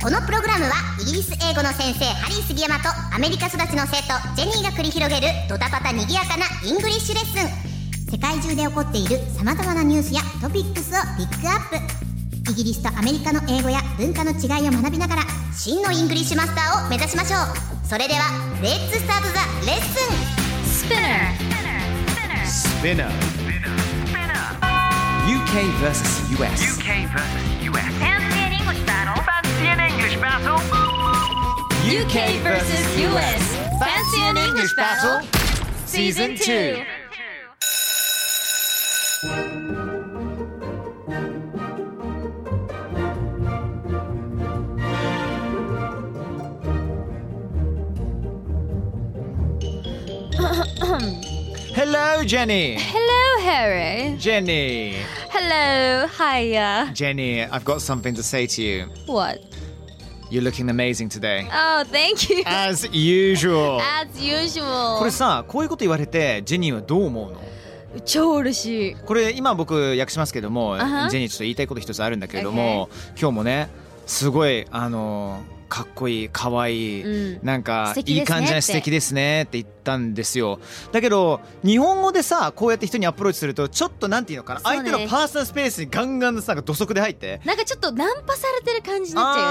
このプログラムはイギリス英語の先生ハリー杉山とアメリカ育ちの生徒ジェニーが繰り広げるドタパタにぎやかなイングリッシュレッスン世界中で起こっているさまざまなニュースやトピックスをピックアップイギリスとアメリカの英語や文化の違いを学びながら真のイングリッシュマスターを目指しましょうそれではレッツスタートザレッスン Spinner. UK versus US. UK versus US. Fancy an English battle. Fancy an English battle. UK versus US. Fancy an English battle. Season 2. 2. Hello, Jenny. Hello, Harry. Jenny. Hello, hiya. Jenny, I've got something to say to you. What? You're looking amazing today. Oh, thank you. As usual. As これ usual. さこういうこと言われてジェニーはどう思うの超嬉しい。これ今僕訳しますけども、あはジェニーちょっと言いたいこと一つあるんだけれども、今日もねすごいあのかっこいいかわいい、うんなんか素敵ですねいい感じな素敵ですねって言ったんですよだけど日本語でさこうやって人にアプローチするとちょっとなんていうのかな、そう相ね手のパーソナルスペースにガンガンさなんか土足で入ってなんかちょっとナンパされてる感じになっちゃう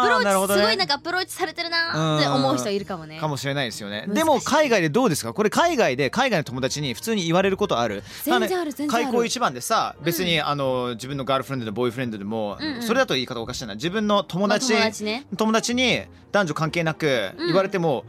あーよね。なるアプロほーどチ、ねすごいなんかアプローチされてるなーって思う人いるかもね。かもしれないですよね難しいでも海外でどうですかこれ海外で海外の友達に普通に言われることある全然ある全然ある開口一番でさ別に、あの自分のガールフレンドでボーイフレンドでも、うんうんそれだと言い方おかしいな自分の友達,、まあ友達ね友達に男女関係なくうん言われても、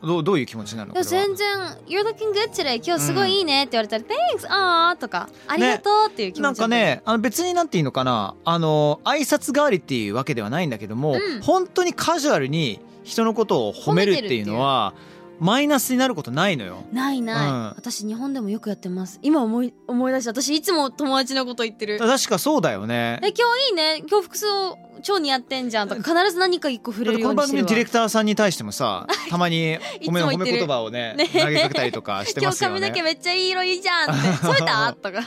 どうどういう気持ちなのいや全然、You're looking good today. 今日すごいいいねって言われたら、Thanks! あーとか、ありがとうっていう気持ちなんかねあの別になんていうのかなあの挨拶代わりっていうわけではないんだけども、うん本当にカジュアルに人のことを褒めるっていうのはマイナスになることないのよ。ないない、うん私日本でもよくやってます今思い思い出した私いつも友達のこと言ってる確かそうだよねえ今日いいね今日服装超似合ってんじゃんとか必ず何か一個触だっれてるこようの番にして組るのわディレクターさんに対しても さたまに褒めいつも褒言っめてる言葉をねね投げかけたりとかしてますよ今日髪の毛ねめっちゃいい色いいじゃんって染めた とか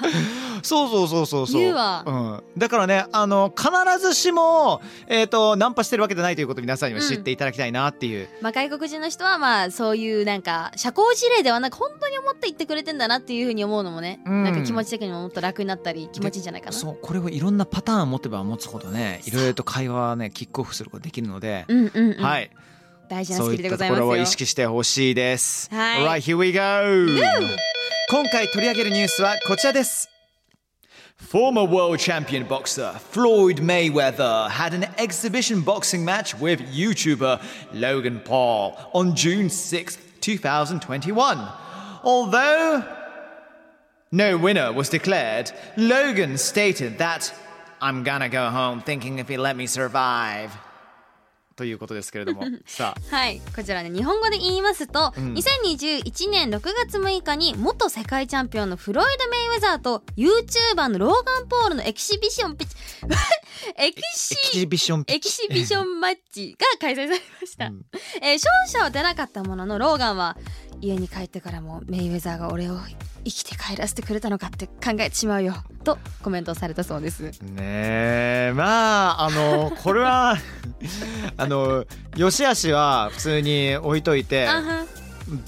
そうそうそうそうそう言うわうん、だからねあの必ずしも、えー、とナンパしてるわけじゃないということを皆さんには知っていただきたいなっていう、まあ外国人の人はまあそういうなんか社交辞令ではなく本当に思って言ってくれてんだなっていうふうに思うのもね、うんなんか気持ち的にももっと楽になったり気持ちいいんじゃないかなそうこれをいろんなパターンを持てば持つほどねいろいろと会話はねキックオフすることができるので、うんうん、うん、はい大事なスそキういルでっごたざとこいますろをよ意識してほしいです。はい Alright, here we go! 今回取り上げるニュースはこちらです。Former world champion boxer Floyd Mayweather had an exhibition boxing match with YouTuber Logan Paul on June 6, 2021. Although no winner was declared, Logan stated that I'm gonna go home thinking if he let me survive. ということですけれども、 さあ。はいこちらね日本語で言いますと、2021年6月6日に元世界チャンピオンのフロイド・メイウェザーと YouTuber のローガン・ポールのエキシビションピチ エキシエキシビションピッエチキシビションマッチが開催されました、えー勝者は出なかったもののローガンは家に帰ってからもメイウェザーが俺を生きて帰らせてくれたのかって考えてしまうよとコメントをされたそうですねえまああの これはあのよしあしは普通に置いといてあはん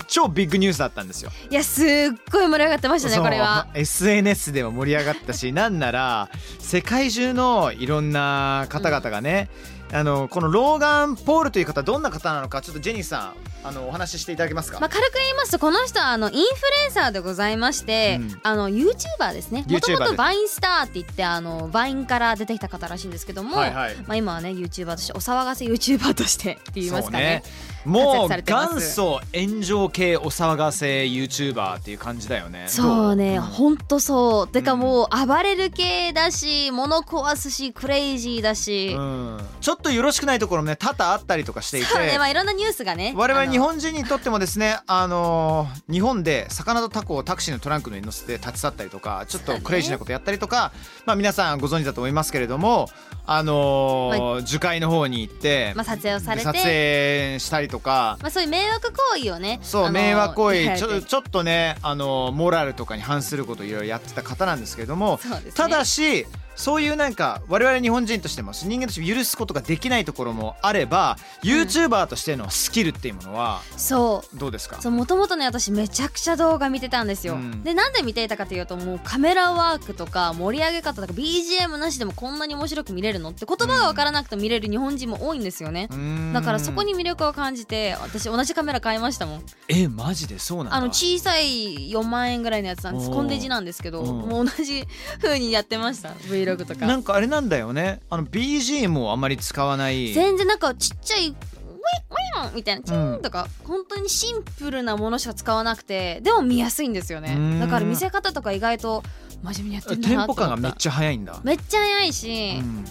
超ビッグニュースだったんですよ。いやすっごい盛り上がってましたねそうこれは SNS でも盛り上がったしなんなら世界中のいろんな方々がね、あのこのローガン・ポールという方どんな方なのかちょっとジェニーさんあのお話ししていただけますか、まあ、軽く言いますとこの人はあのインフルエンサーでございまして、うんあの YouTuber ですね YouTuber もともでとバインスターって言ってあのバインから出てきた方らしいんですけども、はいはいまあ、今はね YouTuber としてお騒がせ YouTuber としてって言いますかねそうねもう活躍されてます元祖炎上系お騒がせ YouTuber っていう感じだよねそうね、どほんとそうてかもう暴れる系だし物壊すしクレイジーだし、うんちょっとよろしくないところもね多々あったりとかしていてそうねまあいろんなニュースがね我あ々の日本人にとってもですねあのー日本で魚とタコをタクシーのトランクの上に乗せて立ち去ったりとかちょっとクレイジーなことやったりとか、まあ皆さんご存知だと思いますけれどもあのー樹海の方に行って、まあ、撮影をされでて撮影したりとか。まあ、そういう迷惑行為をねそあうの迷惑行為ちやらょれてちょっとねあのーモラルとかに反することをいろいろやってた方なんですけれども、そうですねただしそういうなんか我々日本人としても人間として許すことができないところもあれば、YouTuber としてのスキルっていうものはそうどうですかそうもともとね私めちゃくちゃ動画見てたんですよ、うんでなんで見ていたかというともうカメラワークとか盛り上げ方とか BGM なしでもこんなに面白く見れるのって言葉が分からなくても見れる日本人も多いんですよね、だからそこに魅力を感じて私同じカメラ買いましたもんえマジでそうなんだあの小さい4万円ぐらいのやつなんですおーコンデジなんですけどうんもう同じ風にやってました Vlog となかんかあれなんだよねあの BGM をあまり使わない全然なんかちっちゃいウィンウィンみたいなチうーんンとか、本当にシンプルなものしか使わなくてでも見やすいんですようーんねだから見せ方とか意外と真面目にやってんだテンなとポ思感がめったっちゃ速いんだ、めっちゃ早いし、うん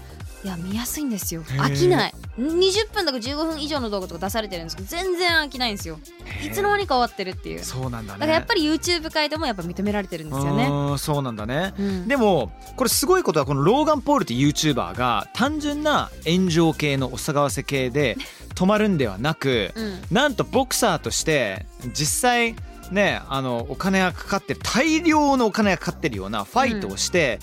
いや見やすいんですよー飽きない20分とか15分以上の動画とか出されてるんですけど全然飽きないんですよいつの間にか終わってるっていうだそうなんだねからやっぱり YouTube 界でもやっぱ認められてるんですようねーんそうなんだね、うんでもこれすごいことはこのローガン・ポールっていう YouTuber が単純な炎上系のお騒がせ系 で止まるんではなく、うんなんとボクサーとして実際ねあのお金がかかってる大量のお金がかかってるようなファイトをして、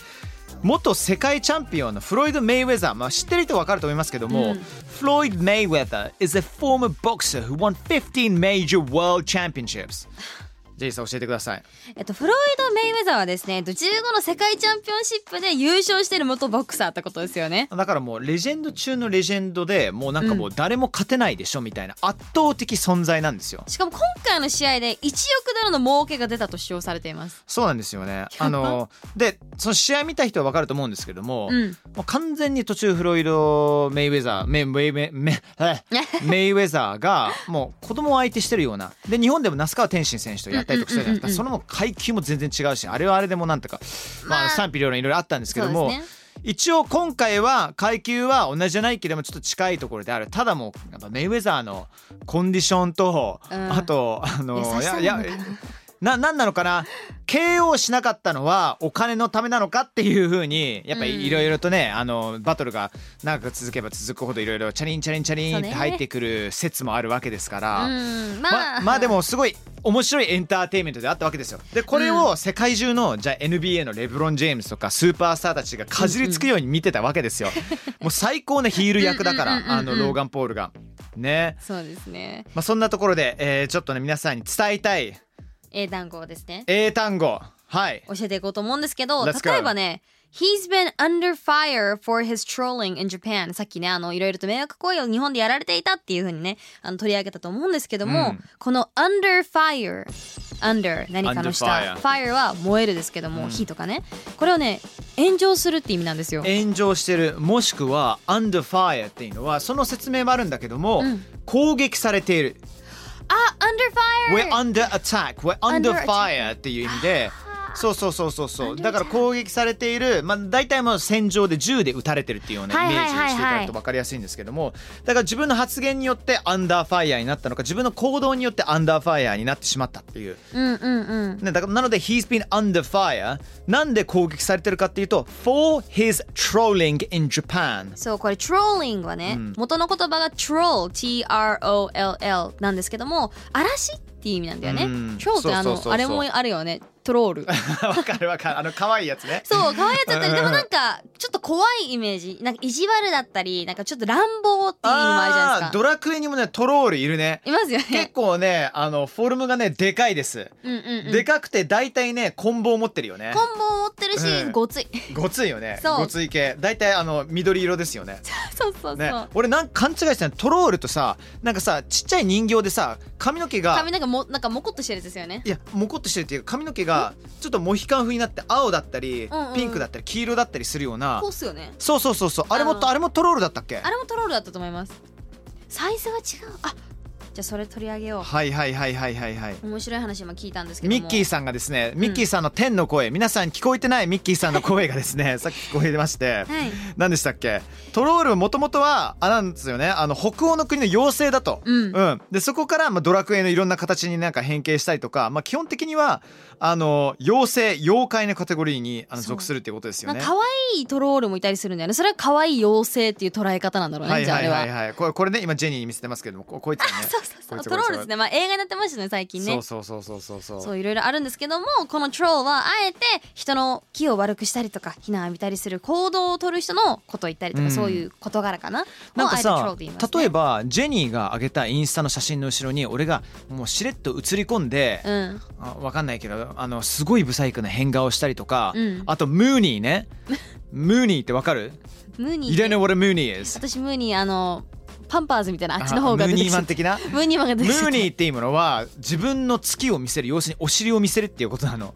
元世界チャンピオンのフロイド・メイウェザー、まあ、知ってる人は分かると思いますけども、うんフロイド・メイウェザー is a former boxer who won 15 major world championships ジェイさん教えてくださいえっと、フロイド・メイウェザーはですね、えっと15の世界チャンピオンシップで優勝してる元ボクサーってことですよね。だからもうレジェンド中のレジェンドでもうなんかもう誰も勝てないでしょみたいな圧倒的存在なんですよしかも今回の試合で1億ドルの儲けが出たと主張されています。そうなんですよねあのでその試合見た人は分かると思うんですけども、うん。もう完全に途中フロイド・メイウェザーメイメイメイメ イメイウェザーがもう子供を相手してるようなで日本でも那須川天心選手とやったりとかしたじゃないですかそのもう階級も全然違うしあれはあれでもなんとか、ままあ、あ賛否両論いろいろあったんですけども、そうです一応今回は階級は同じじゃないけれどもちょっと近いところであるただもうやっぱメイウェザーのコンディションと、うんあとあの優しさなのかなななんなのかな KO しなかったのはお金のためなのかっていうふうにやっぱうんりいろいろとね、あのバトルが長く続けば続くほどいろいろチャリンチャリンチャリンって入ってくる説もあるわけですから、うん。ままあ、まあでもすごい面白いエンターテインメントであったわけですよでこれを世界中のじゃあ NBA のレブロン・ジェームズとかスーパースターたちがかじりつくように見てたわけですよ、もう最高なヒール役だかうんうんうんらうんあのローガン・ポールがねそうですね。まあそんなところで、えーちょっとね皆さんに伝えたい英単語をですね、英単語はい教えていこうと思うんですけど、例 Let's go えばね、He's been under fire for his trolling in Japan. さっきね、あの、いろいろと迷惑行為を日本でやられていたっていうふうにね、あの取り上げたと思うんですけどうも、んこの under fire、under 何かの下、 Under fire fire は燃えるですけども、火とかね、これをね、炎上するって意味なんですよ。炎上してるもしくは under fire っていうのはその説明もあるんだけども、うん攻撃されているあ、under We're fire! under attack, we're under Under attack fire っていう意味で。そうそうそうそうそう Under attack だから攻撃されている、まあ、大体もう戦場で銃で撃たれてるっていうようなイはいメはーいジはいをはいしていただくと分かりやすいんですけどもだから自分の発言によってアンダーファイヤーになったのか自分の行動によってアンダーファイヤーになってしまったっていう、うんうんうん。ね、だからなので He's been under fire なんで攻撃されてるかっていうと For his trolling in Japan そうこれ trolling はね、元の言葉が troll T-R-O-L-L なんですけども嵐っていう意味なんだよね、うん troll ってそうそうあのそうそうあれもあるよねトロール わかるわかるあの可愛いやつね そう可愛いやつだったりでもなんかちょっと怖いイメージなんか意地悪だったりなんかちょっと乱暴っていう意味もあるじゃないであーすドかラクエにもねトロールいるねいますよ結ね構ねあのフォルムがねでかいです、うんうんうんでかくて大体ね棍棒持ってるよねコンボを持ってるし、うんごつい ごついよねそうごつい系大体あの緑色ですよねそうそうそう、ね俺なんか勘違いしたのトロールとさなんかさちっちゃい人形でさ髪の毛が髪なんかもなんかモコっとしてるやつですよねいやモコっとしてるっていうか髪の毛がちょっとモヒカン風になって青だったり、うんうんピンクだったり黄色だったりするようなこうっすよねそうそうそうそうあれもああのれもトロールだったっけあれもトロールだったと思いますサイズは違うあじゃあそれ取り上げよはいはいはいはいはいはい。う面白い話今聞いたんですけどもミッキーさんがですね、ミッキーさんの天の声、皆さん聞こえてないミッキーさんの声がです ね、さっき聞こえてまして、はい何でしたっけトロールもともとはあれなんですよねあの北欧の国の妖精だと、うんでそこから、まあ、ドラクエのいろんな形になんか変形したりとか、まあ、基本的にはあの妖精妖怪のカテゴリーにあのそう属するっていうことですよなんねか。可愛いトロールもいたりするんだよねそれは可愛い妖精っていう捉え方なんだろうね、はいじゃあはあいれは、はいはいこれこれね今ジェニーに見せてますけどもここいつはね そうそこいうそうつトロールでこすいねまあ映画になってましたね最近つねそうそうそうそうそうそそうういろいろあるんですけどもこのトロールはあえて人の気を悪くしたりとか非難を浴びたりする行動を取る人のことを言ったりとか、うんそういう事柄かななんをあかえてトロールさと言います、ね、例えばジェニーが上げたインスタの写真の後ろに俺がもうしれっと映り込んで、うんあわかんないけどあのすごいブサイクな変顔したりとか、うんあとムーニー ねムーニーってわかるムーニ ?You ー don't know what a Mooney is 私ムーニーあのパンパーズみたいなあっちの方があム出ーニてきーちゃマっンた的な ムーニーマンがム出てきちゃーっニたーっていうものは自分の月を見せる要するにお尻を見せるっていうことなの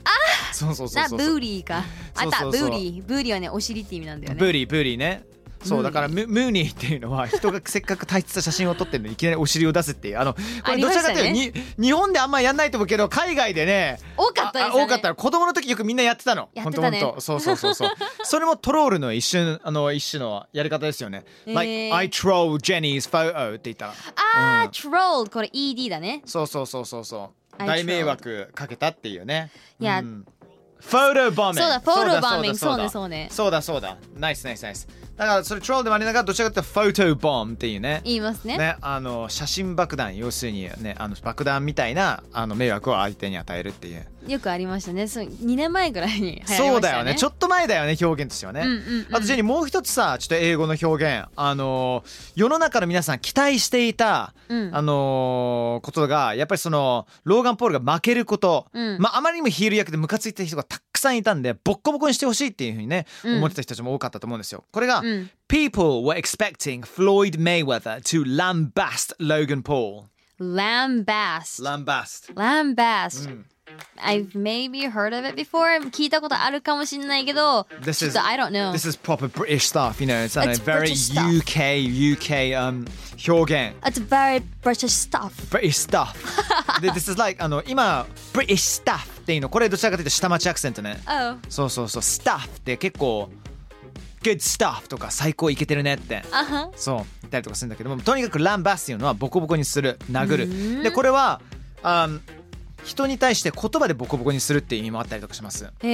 そうそうそうなそブうそうーリーかあそうそっうたそうブーリーブーリーはねお尻って意味なんだよねブーリーブーリーねそうムーニだーからムムーニーっていうの は人がせっかく大切な写真を撮ってるのにいきなりお尻を出すっていうあのこれどちらかというと、ありに日本であんまやんないと思うけど海外でね多かったですよねああ多かったの子供の時よくみんなやってたのやってたねほんとほんとそうそうそう そうそれもトロールの一瞬あの一種のやり方ですよね、えー Like I troll Jenny's photo って言ったらあうー、トロールこれ ED だねそうそうそうそうそう I 大迷惑かけたっていうねいやうんフォトボーミングそうだフォトボーミングそうだそうねそうだそうだナイスナイスナイスだからそれトロールでもありながらどちらかというとフォトボームっていうね言いますねね、あの写真爆弾要するにねあの爆弾みたいなあの迷惑を相手に与えるっていうよくありましたねそう2年前 ぐらいに流行りましたよねそうだよねちょっと前だよね表現としてはね、うんうんうんあとジェニーもう一つさちょっと英語の表現あのー世の中の皆さん期待していた、うんあのーことがやっぱりそのローガン・ポールが負けること、うんまああまりにもヒール役でムカついてる人がたくさんいたんでボッコボコにしてほしいっていうふうにね、うん思ってた人たちも多かったと思うんですよこれが、うん People were expecting Floyd Mayweather to lambast Logan Paul ランバース lambast ランバーうスん I've maybe heard of it before 聞いたことあるかもしれないけど This ちょっ is と I don't know This is proper British stuff, you know. It's, I don't It's know, very British stuff. UK UK um 表現 It's very precious stuff British stuff. で This is like あの今 British stuff っていうのこれどちらかというと下町アクセントね。 Oh そうそうそう stuff って結構 good stuff とか最高いけてるねって。あはそう言ったりとかするんだけどもとにかくランバスっていうのはボコボコにする殴るでこれはあん人に対して言葉でボコボコにするっていう意味もあったりとかします。へ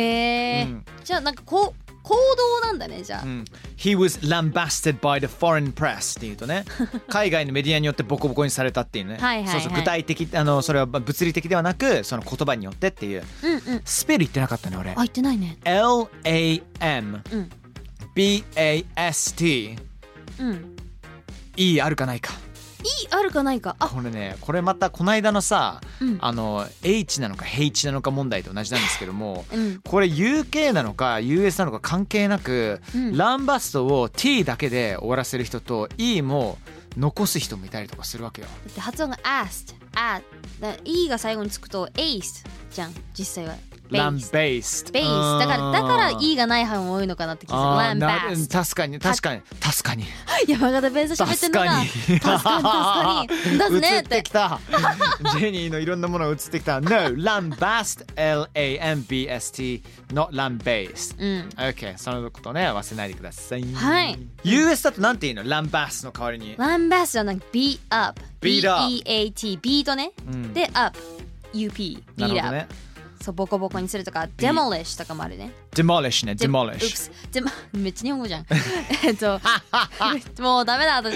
えうんじゃあなんかこう行動なんだねじゃあうん He was lambasted by the foreign press っていうと ね海外のメディアによってボコボコにされたっていうねはいはいはいそうそう具体的あのそれはまあ物理的ではなくその言葉によってっていううんうんスペル言ってなかったね俺あ言ってないね LAM、うん BAST うん E あるかないかいいあるかないかあこれねこれまたこの間のさ、うんあの H なのか H なのか問題と同じなんですけどもうんこれ UK なのか US なのか関係なく、うんランバストを T だけで終わらせる人と E も残す人もいたりとかするわけよ。だって発音が asked あだ E が最後につくと ace じゃん実際はラン based ベース。ベースだからだからい E がない班多いのかなって気がするあラーンなバース確かに確かに確かに山形弁さ喋っ確てんのがかに確かに確かにだすね 映っっててきた ジェニーのいろんなものが映ってきた No ランバスト LAMBST not ランベースうん OK そのことね忘れないでくださいはい US だとなんていうのランバストの代わりにランバースじゃなく beat up Beat up B-E-A-T ビートねんで up UP なる beat ほど up ねそうボコボコにするとか demolish とかもあるね Demolish ねで Demolish Oops でまめっちゃ日本語じゃん え っともうダメだ私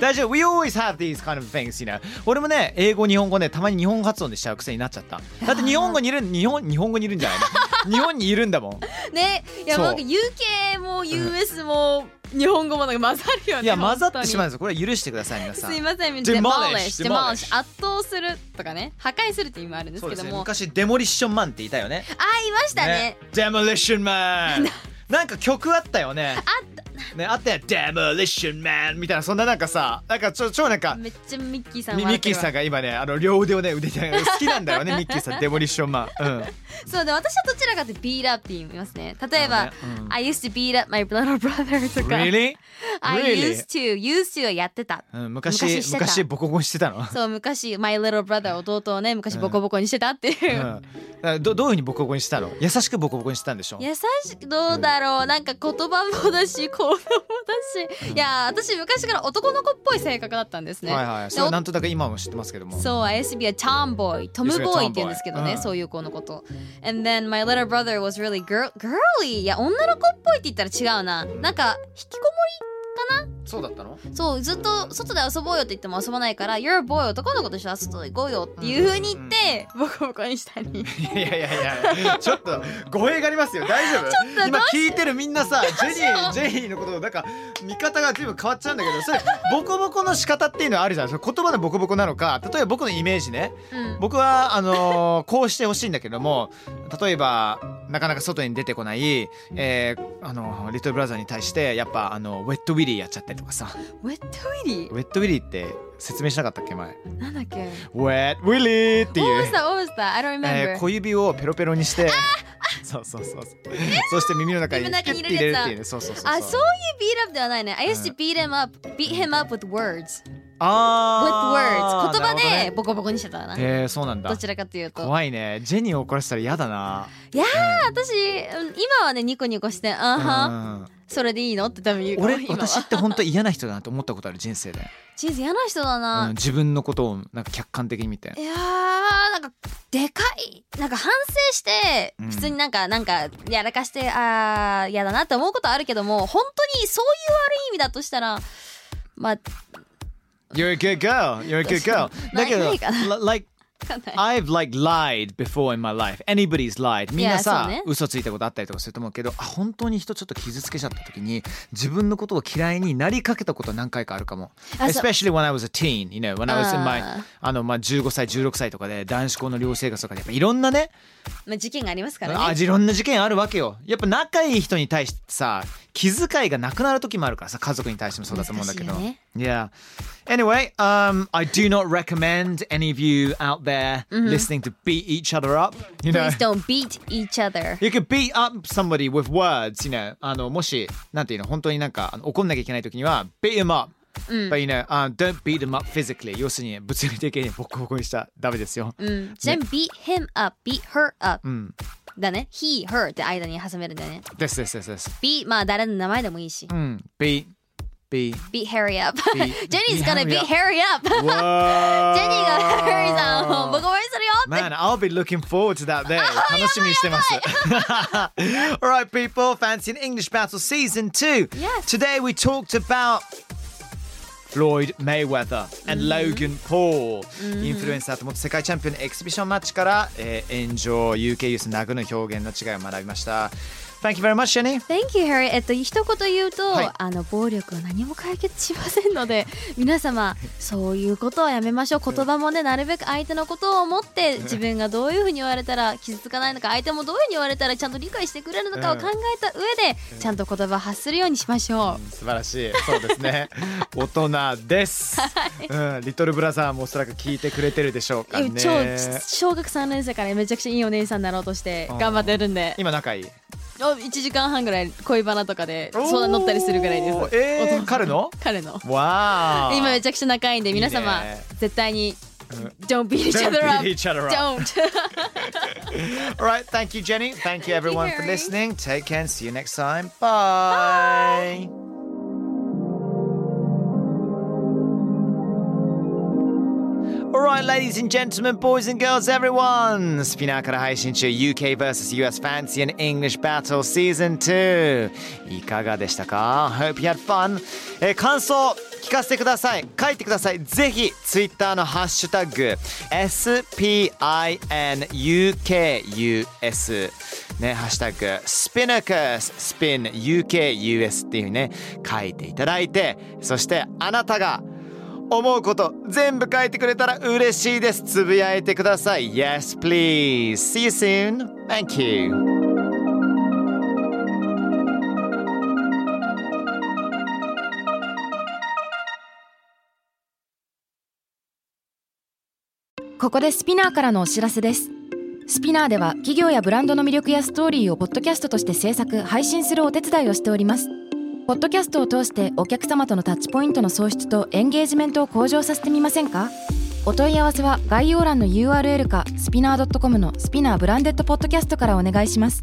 大丈夫 We always have these kind of things, you know 俺もね英語日本語ねたまに日本語発音でしちゃう癖になっちゃっ ただって日本語にいる日本日本語にいるんじゃないの日本にいるんだもんねいやそうなんか UK も US も日本語もなんか混ざるよねいや混ざってしまうんうですよこれは許してください皆さんすいません Demolish demolish demolish demolish 圧倒するとかね破壊するって意味もあるんですそうけでどすねもあ昔デモリッションマンっていたよねいましたねデモリッションマンなんか曲あったよねあね、あったやん Demolition Man みたいなそんななんかさなんかちょ超なんかめっちゃミッキーさんミ笑ミっッキーてるわさんが今ねあの両腕をね腕じゃない好きなんだよ ねミッキーさんデモリッションマン、うん、そうで私はどちらかってビーラーって言いますね例えば、あのねうん I used to beat up my little brother とか Really? I Really? used to used to はやってたうん、昔昔して昔たボコボコにしてたの、そう昔 my little brother 弟をね昔ボコボコにしてたっていうう、ん、あどどういうふうにボコボコにしたの優しくボコボコにしたんでしょ優しくどうだろうなんか言葉もだ し行動もだしいや私昔から男の子っぽい性格だったんですね。はいはいそでれおなんとなく今も知ってますけどもそう、ISB はチャンボーイ、トムボーイって言うんですけどね、うんそういう子のこと。And then my little brother was really girl girly。いや、女の子っぽいって言ったら違うな。なんか、引きこもそうだったのりそう、ずっと外で遊ぼうよって言っても遊ばないから、You're a boy 男の子と一緒に外で行こうよっていう風に言って、ボコボコにしたり。いやいやいやちょっと語弊がありますよ大丈夫今聞いてるみんなさジェニージェニーのことをなんか見方が随分変わっちゃうんだけどそれボコボコの仕方っていうのはあるじゃないそれ言葉のボコボコなのか例えば僕のイメージねうん。僕はあのーこうしてほしいんだけども例えばなかなか外に出てこない、えーあのリトルブラザーに対してやっぱあのウェットウィリーやっちゃったりとかさウェットウィリウェットウィリーって説明しなかったっけ前ーなんだっけウェットウィリーってい What う was that? What was that? I don't え remember. ー小指をペロペロにしてそうそうそう そうそして耳の中にキュ耳の中ッにて入入れれるるやつだっていうねそうそうそうそうあ、そういうビー t up ではないね。I used to beat him up, beat him up with words, with あ words. ー言な葉るでほボコボコにしてたな。どねえー、そうなんだどちらかというと。怖いねジェニーを怒らせたら嫌だないやー、私、うん今はね、ニコニコして、あんは、それでいいのって多分うん言うかも俺今私は。って本当嫌な人だなと思ったことある人生で、 チーズ嫌な人だうんな。自分のことをなんか客観的に見ていやー、なんか、でかい。なんか反省して、うん普通になんか、なんか、やらかして、あー、嫌だなって思うことあるけども、本当にそういう悪い意味だとしたら、まあ、わ You're a good girl You're a good girl だけなどいかな li- like かんない。 I've like lied before in my life. Anybody's lied. みんなさ、そうね嘘ついたことあったりとかすると思うけど、あ本当に人ちょっと傷つけちゃった時に自分のことを嫌いになりかけたこと何回かあるかも。あそう Especially when I was a teen, you know, when I was in my あーあのまあ15歳16歳とかで男子校の寮生活とかでやっぱいろんなね、まあ、事件がありますからあね。いろんな事件あるわけよ。やっぱ仲いい人に対してさ、気遣いがなくなる時もあるからさ、家族に対してもそうだと思うんだけど。難しいよね Yeah. Anyway, um, I do not recommend any of you out there listening to beat each other up. You know, Please don't beat each other. you could beat up somebody with words. You know, あのもしなんていうの本当になんかあの怒んなきゃいけないときには beat them up。But you know,、um, don't beat them up physically. 要するに物理的にボコボコにしたらダメですよ。うん。じゃあ、beat him up, beat her up. うん。だね。he, her って間に挟めるんだよね。ですですですです。 beat、まあ、誰の名前でもいいし。うん。beat beat。 beat Harry up. Beat- Jenny's beat Harry up. gonna beat Harry up. Jenny ジェニー が Harry さんをボコボ僕コにするよって。 Man, I'll be looking forward to that day. 楽しみにしてます。Alright, people, fancy an English battle season two. Yes. Today we talked about Floyd Mayweather and Logan Paul、インフルエンサーと元世界チャンピオンのエキシビションマッチから、えー、炎上 UK ユース殴るの表現の違いを学びました。Thank you very much, Jenny. Thank you, Harry. えっと、一言言うと、はいあの、暴力は何も解決しません ので、皆様、そういうことはやめましょう。言葉もね、なるべく相手のことを思って、自分がどういうふうに言われたら傷つかないのか、相手もどういうふうに言われたらちゃんと理解してくれるのかをうん考えた上で、ちゃんと言葉を発するようにしましょう。素晴らしいそうです ね大人です、うん、リトルブラザーもおそらく聞いてくれてるでしょうかねえ超小学3年生からめちゃくちゃいいお姉さんになろうとして頑張ってるんで今仲いいお1時間半ぐらい恋バナとかで相談乗ったりするぐらいですおーえおー、父彼の彼のわあ 今めちゃくちゃ仲いいんでいいね皆様絶対に Don't beat each Don't other up beat each other up. Don't Alright, thank you Jenny Thank you everyone for Harry. listening Take care and see you next time Bye, Bye. Alright, ladies and gentlemen, boys and girls, everyone! スピナーから配信中 UK vs.US Fancy and English Battle Season 2いかがでしたか ?Hope you had fun! えー感想聞かせてください書いてくださいぜひ Twitter のハッシュタグ SPINUKUS ね、ハッシュタグ SPINUKUS SPINUKUS っていうふうにね書いていただいてそしてあなたが思うこと全部書いてくれたら嬉しいですつぶやいてください Yes please See you soon Thank you ここでスピナーからのお知らせですスピナーでは企業やブランドの魅力やストーリーをポッドキャストとして制作配信するお手伝いをしておりますポッドキャストを通してお客様とのタッチポイントの創出とエンゲージメントを向上させてみませんかお問い合わせは概要欄の URL かスピナー .com のスピナーブランデッドポッドキャストからお願いします